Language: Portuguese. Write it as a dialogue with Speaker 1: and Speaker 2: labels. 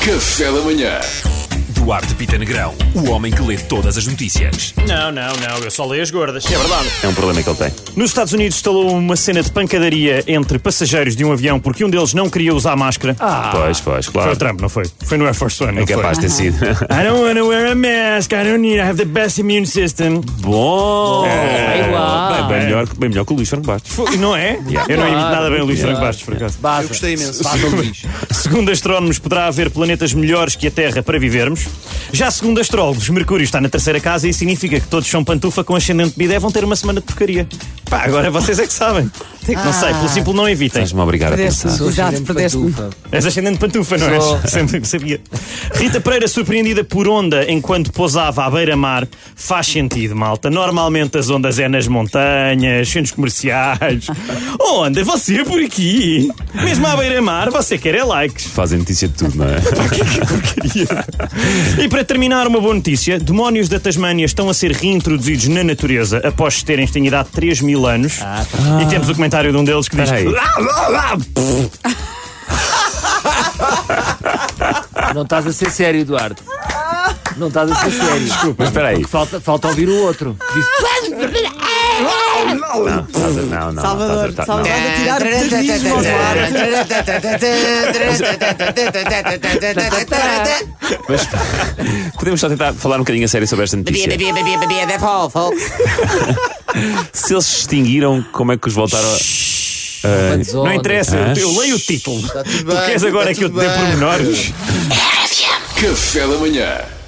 Speaker 1: Café da manhã.
Speaker 2: Duarte Pita Negrão, o homem que lê todas as notícias.
Speaker 3: Não, não, não, eu só leio as gordas. É verdade.
Speaker 4: É um problema que ele tem.
Speaker 3: Nos Estados Unidos estalou uma cena de pancadaria entre passageiros de um avião porque um deles não queria usar máscara. Ah,
Speaker 4: Pois, pois,
Speaker 3: foi o
Speaker 4: claro.
Speaker 3: Trump, não foi? Foi Ah. no Air Force One, não
Speaker 4: É capaz de ter sido.
Speaker 3: foi? I don't want to wear a mask, I don't need, I have the best immune system.
Speaker 4: Bom!
Speaker 3: É,
Speaker 4: Bem, bem melhor, que- bem melhor que o Luís Franco Bastos.
Speaker 3: Foi- não é? Eu não imito nada bem o Luís Franco Bastos, por acaso.
Speaker 5: Eu gostei imenso. Luís.
Speaker 3: Segundo astrónomos, poderá haver planetas melhores que a Terra para vivermos. Já segundo astrólogos, Mercúrio está na terceira casa e significa que todos são pantufa com ascendente bidé vão ter uma semana de porcaria. Pá, agora vocês é que sabem. Não sei, pelo simples não evitem.
Speaker 4: Estás-me a obrigar a
Speaker 6: Perdeste,
Speaker 4: pensar.
Speaker 6: exato, perdeste.
Speaker 3: És ascendente pantufa, não és? Sempre sabia. Rita Pereira, surpreendida por onda enquanto pousava à beira-mar, faz sentido, malta. Normalmente as ondas é nas montanhas, centros comerciais. Onda, você é por aqui. Mesmo à beira-mar, você quer é likes.
Speaker 4: Fazem notícia de tudo, não é?
Speaker 3: E para terminar, uma boa notícia: demónios da Tasmânia estão a ser reintroduzidos na natureza após terem extinguidade 3 mil anos. E temos o comentário de um deles que diz:
Speaker 4: Peraí.
Speaker 3: "Lá, lá, lá."
Speaker 5: Não estás a ser sério, Eduardo. Não estás a ser sério.
Speaker 4: Mas espera aí.
Speaker 5: Falta, falta ouvir o outro. que diz-
Speaker 4: Não, estás a- não, não.
Speaker 6: Salvador,
Speaker 4: estás a- tá-
Speaker 6: Salvador,
Speaker 4: não.
Speaker 6: a tirar protagonismo ao Duarte.
Speaker 3: É.
Speaker 4: Podemos só tentar falar um bocadinho a sério sobre esta notícia. Se eles se extinguiram, como é que os voltaram a.
Speaker 3: Não interessa, eu- eu leio o título. Tu queres agora que eu te dê pormenores?
Speaker 1: Café da manhã.